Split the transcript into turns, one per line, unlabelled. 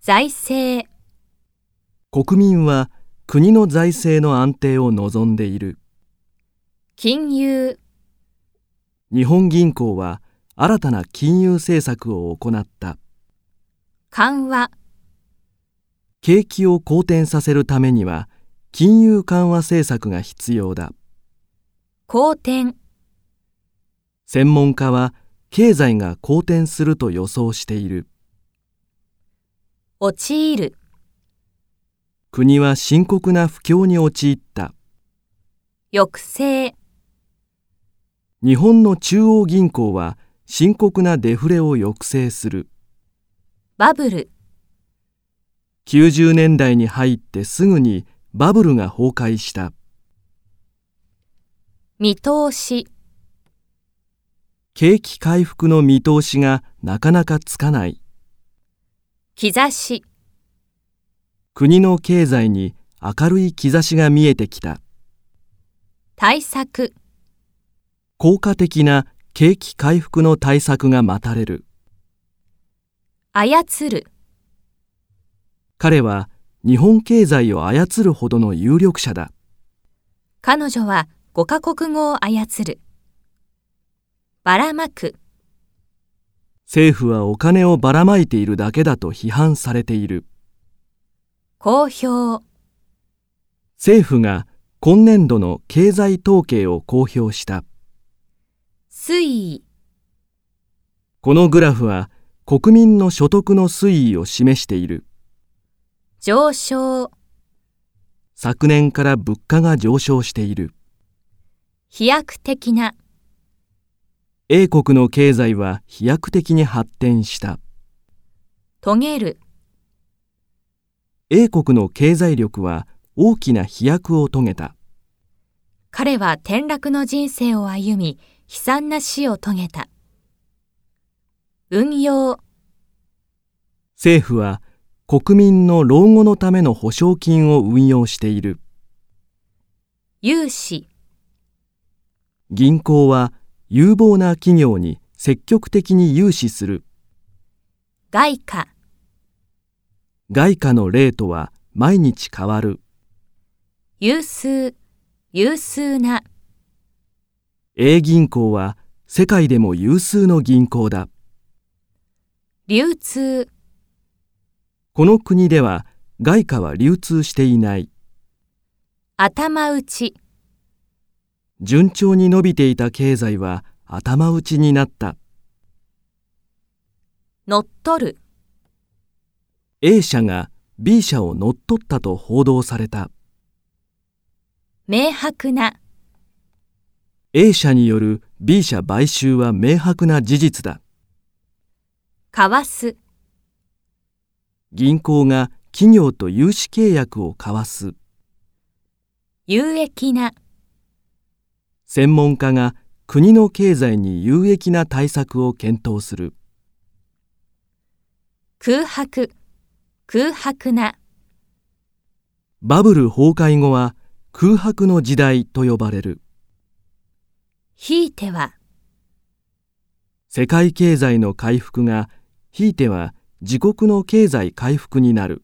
財政、
国民は国の財政の安定を望んでいる。
金融、
日本銀行は新たな金融政策を行った。
緩和、
景気を好転させるためには金融緩和政策が必要だ。
好転、
専門家は経済が好転すると予想している。
陥る、
国は深刻な不況に陥った。
抑制、
日本の中央銀行は深刻なデフレを抑制する。
バブル、
90年代に入ってすぐにバブルが崩壊した。
見通し、
景気回復の見通しがなかなかつかない。
兆し、
国の経済に明るい兆しが見えてきた。
対策、
効果的な景気回復の対策が待たれる。
操る、
彼は日本経済を操るほどの有力者だ。
彼女は5カ国語を操る。ばらまく、
政府はお金をばらまいているだけだと批判されている。
公表、
政府が今年度の経済統計を公表した。
推移、
このグラフは国民の所得の推移を示している。
上昇、
昨年から物価が上昇している。
飛躍的な、
英国の経済は飛躍的に発展した。
遂げる、
英国の経済力は大きな飛躍を遂げた。
彼は転落の人生を歩み、悲惨な死を遂げた。運用、
政府は国民の老後のための保証金を運用している。
融資、
銀行は有望な企業に積極的に融資する。
外貨、
外貨のレートは毎日変わる。
有数、有数な、
A 銀行は世界でも有数の銀行だ。
流通、
この国では外貨は流通していない。
頭打ち、
順調に伸びていた経済は頭打ちになった。
乗っ取る、
A 社が B 社を乗っ取ったと報道された。
明白な、
A 社による B 社買収は明白な事実だ。
かわす、
銀行が企業と融資契約を交わす。
有益な、
専門家が国の経済に有益な対策を検討する。
空白、空白な、
バブル崩壊後は空白の時代と呼ばれる。
ひいては、
世界経済の回復が、ひいては自国の経済回復になる。